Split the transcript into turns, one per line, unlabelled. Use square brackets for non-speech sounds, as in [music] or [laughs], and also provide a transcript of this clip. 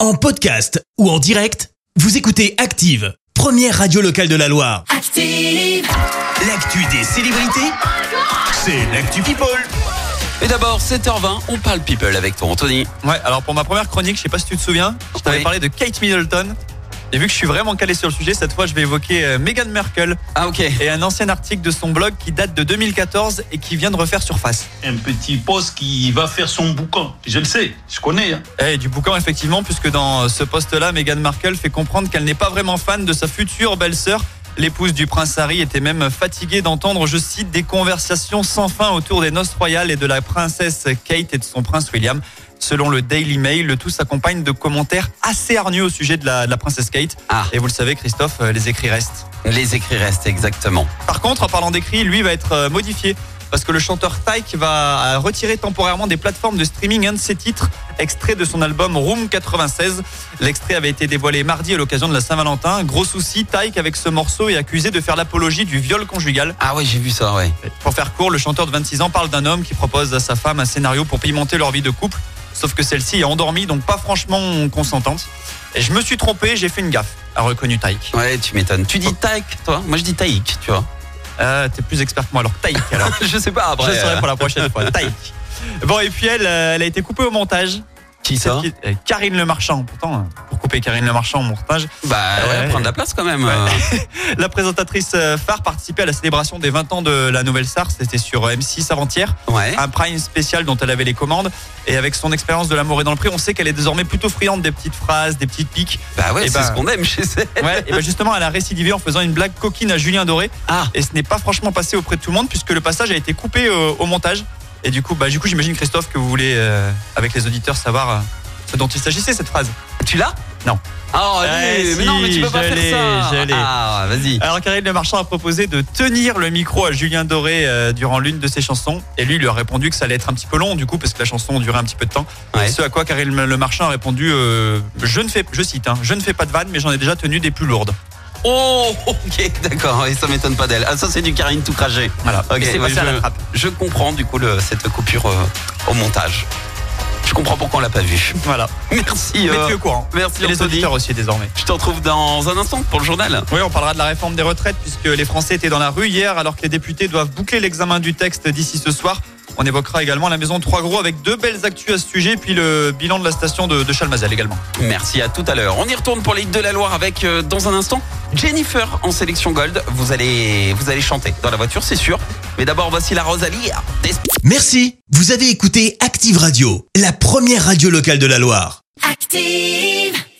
En podcast ou en direct, vous écoutez Active, première radio locale de la Loire.
Active,
L'actu des célébrités, c'est l'actu People.
Et d'abord, 7h20, on parle people avec toi, Anthony.
Ouais, alors pour ma première chronique, je sais pas si tu te souviens, je t'avais
Oui.
parlé de Kate Middleton. Et vu que je suis vraiment calé sur le sujet, cette fois je vais évoquer euh, Meghan Merkel
Ah, ok.
et euh, un ancien article de son blog qui date de 2014 et qui vient de refaire surface.
un petit poste qui va faire son boucan. Je le sais, je connais. hein.
Et Eh, du boucan effectivement, puisque dans euh, ce poste-là, Meghan Markle fait comprendre qu'elle n'est pas vraiment fan de sa future belle-sœur. L'épouse du prince Harry était même fatiguée d'entendre, je cite, des conversations sans fin autour des noces royales et de la princesse Kate et de son prince William. Selon le Daily Mail, le tout s'accompagne de commentaires assez hargneux au sujet de la, de la princesse Kate.
Ah.
Et vous le savez, Christophe, euh, les écrits restent.
Les écrits restent, exactement.
Par contre, en parlant d'écrit, lui va être euh, modifié parce que le chanteur Tyke va euh, retirer temporairement des plateformes de streaming un de ses titres, extrait de son album Room 96. L'extrait avait été dévoilé mardi à l'occasion de la Saint-Valentin. Gros souci, Tyke avec ce morceau est accusé de faire l'apologie du viol conjugal.
Ah, ouais, j'ai vu ça, ouais.
Pour faire court, le chanteur de 26 ans parle d'un homme qui propose à sa femme un scénario pour pimenter leur vie de couple, sauf que celle-ci est endormie, donc pas franchement consentante. Et je me suis trompé, j'ai fait une gaffe, a reconnu Tyke.
Ouais, tu m'étonnes. Tu dis taïk, toi Moi, je dis taïk, tu vois.
Euh, T'es plus expert que moi, alors Tyke alors.
[laughs] je sais pas, après.
je serai
euh,
pour la prochaine fois. Taïk. Bon, et puis elle, euh, elle a été coupée au montage.
Qui
Cette
ça
qui- euh, Karine Le Marchand. Pourtant, euh, pour couper Karine Le Marchand au montage,
Bah,
Ouais.
ouais, prendre la place quand même.
Ouais.
euh.
la présentatrice euh, phare participait à la célébration des 20 ans de la nouvelle star. C'était sur euh, M6 avant-hier.
[laughs] Ouais.
Un prime spécial dont elle avait les commandes. Et avec son expérience de l'amour et dans le prix, on sait qu'elle est désormais plutôt friande des petites phrases, des petites piques.
Bah, ouais,
Eh
c'est
ben.
ce qu'on aime chez [laughs] ces.
[laughs] Ouais, et ben justement, elle a récidivé en faisant une blague coquine à Julien Doré.
Ah.
Et ce n'est pas franchement passé auprès de tout le monde puisque le passage a été coupé euh, au montage. Et du coup, bah, du coup, j'imagine Christophe que vous voulez, euh, avec les auditeurs, savoir euh, ce dont il s'agissait cette phrase.
Tu l'as
Non.
Ah, allez,
Eh,
mais non, mais tu
si,
peux pas
je
faire
l'ai,
ça.
je l'ai.
Ah, vas-y.
Alors Karine Le Marchand a proposé de tenir le micro à Julien Doré euh, durant l'une de ses chansons. Et lui, il lui a répondu que ça allait être un petit peu long du coup parce que la chanson durait un petit peu de temps.
Ouais.
Ce à quoi Karine Le Marchand a répondu euh, je ne fais, je cite, hein, je ne fais pas de vanne, mais j'en ai déjà tenu des plus lourdes.
Oh, ok, d'accord, et ça m'étonne pas d'elle. Ah, ça, c'est du Karine tout craché.
Voilà.
Ok,
Et c'est
ouais,
passé à la
je-
trappe.
Je comprends du coup le- cette coupure euh, au montage. Je comprends pourquoi on l'a pas vu.
Voilà.
[laughs] Merci. euh,
Mettez au courant.
merci
Et les
Anthony.
auditeurs aussi désormais.
Je te retrouve dans un instant pour le journal.
Oui, on parlera de la réforme des retraites puisque les Français étaient dans la rue hier alors que les députés doivent boucler l'examen du texte d'ici ce soir. On évoquera également la maison de Trois Gros avec deux belles actus à ce sujet puis le bilan de la station de, de Chalmazel également.
Merci à tout à l'heure. On y retourne pour les de la Loire avec euh, dans un instant Jennifer en sélection Gold. Vous allez vous allez chanter dans la voiture, c'est sûr. Mais d'abord voici la Rosalie. Des-
Merci, vous avez écouté Active Radio, la première radio locale de la Loire.
active.